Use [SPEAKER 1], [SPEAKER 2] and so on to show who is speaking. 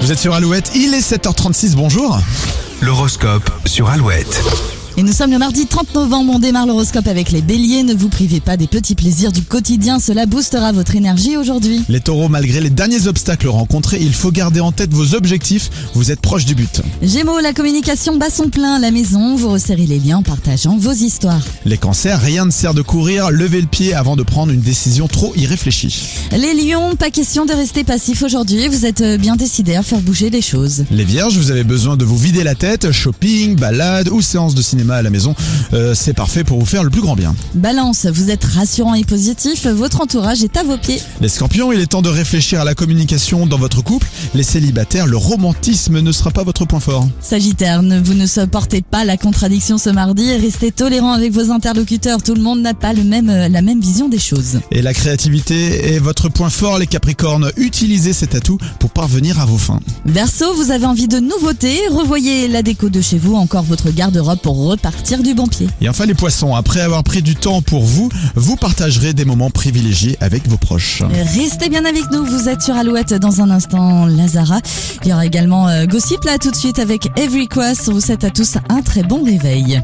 [SPEAKER 1] Vous êtes sur Alouette, il est 7h36, bonjour.
[SPEAKER 2] L'horoscope sur Alouette.
[SPEAKER 3] Et nous sommes le mardi 30 novembre, on démarre l'horoscope avec les béliers. Ne vous privez pas des petits plaisirs du quotidien, cela boostera votre énergie aujourd'hui.
[SPEAKER 1] Les taureaux, malgré les derniers obstacles rencontrés, il faut garder en tête vos objectifs, vous êtes proche du but.
[SPEAKER 3] Gémeaux, la communication bat son plein à la maison, vous resserrez les liens en partageant vos histoires.
[SPEAKER 1] Les cancers, rien ne sert de courir, levez le pied avant de prendre une décision trop irréfléchie.
[SPEAKER 3] Les lions, pas question de rester passif aujourd'hui, vous êtes euh, bien décidés à faire bouger les choses.
[SPEAKER 1] Les vierges, vous avez besoin de vous vider la tête, shopping, balade ou séance de cinéma à la maison, euh, c'est parfait pour vous faire le plus grand bien.
[SPEAKER 3] Balance, vous êtes rassurant et positif, votre entourage est à vos pieds.
[SPEAKER 1] Les scorpions, il est temps de réfléchir à la communication dans votre couple. Les célibataires, le romantisme ne sera pas votre point fort.
[SPEAKER 3] Sagittaire, ne- vous ne supportez pas la contradiction ce mardi, restez tolérant avec vos interlocuteurs, tout le monde n'a pas le même, euh, la même vision des choses.
[SPEAKER 1] Et la créativité est votre point fort, les capricornes. Utilisez cet atout pour parvenir à vos fins.
[SPEAKER 3] Verseau, vous avez envie de nouveautés, revoyez la déco de chez vous, encore votre garde-robe pour repartir du bon pied.
[SPEAKER 1] Et enfin les poissons, après avoir pris du temps pour vous, vous partagerez des moments privilégiés avec vos proches.
[SPEAKER 3] Euh, Restez bien avec nous, vous êtes sur Alouette dans un instant, Lazara. Il y aura également euh, Gossip là tout de suite avec Every Quest. On vous souhaite à tous un très bon réveil.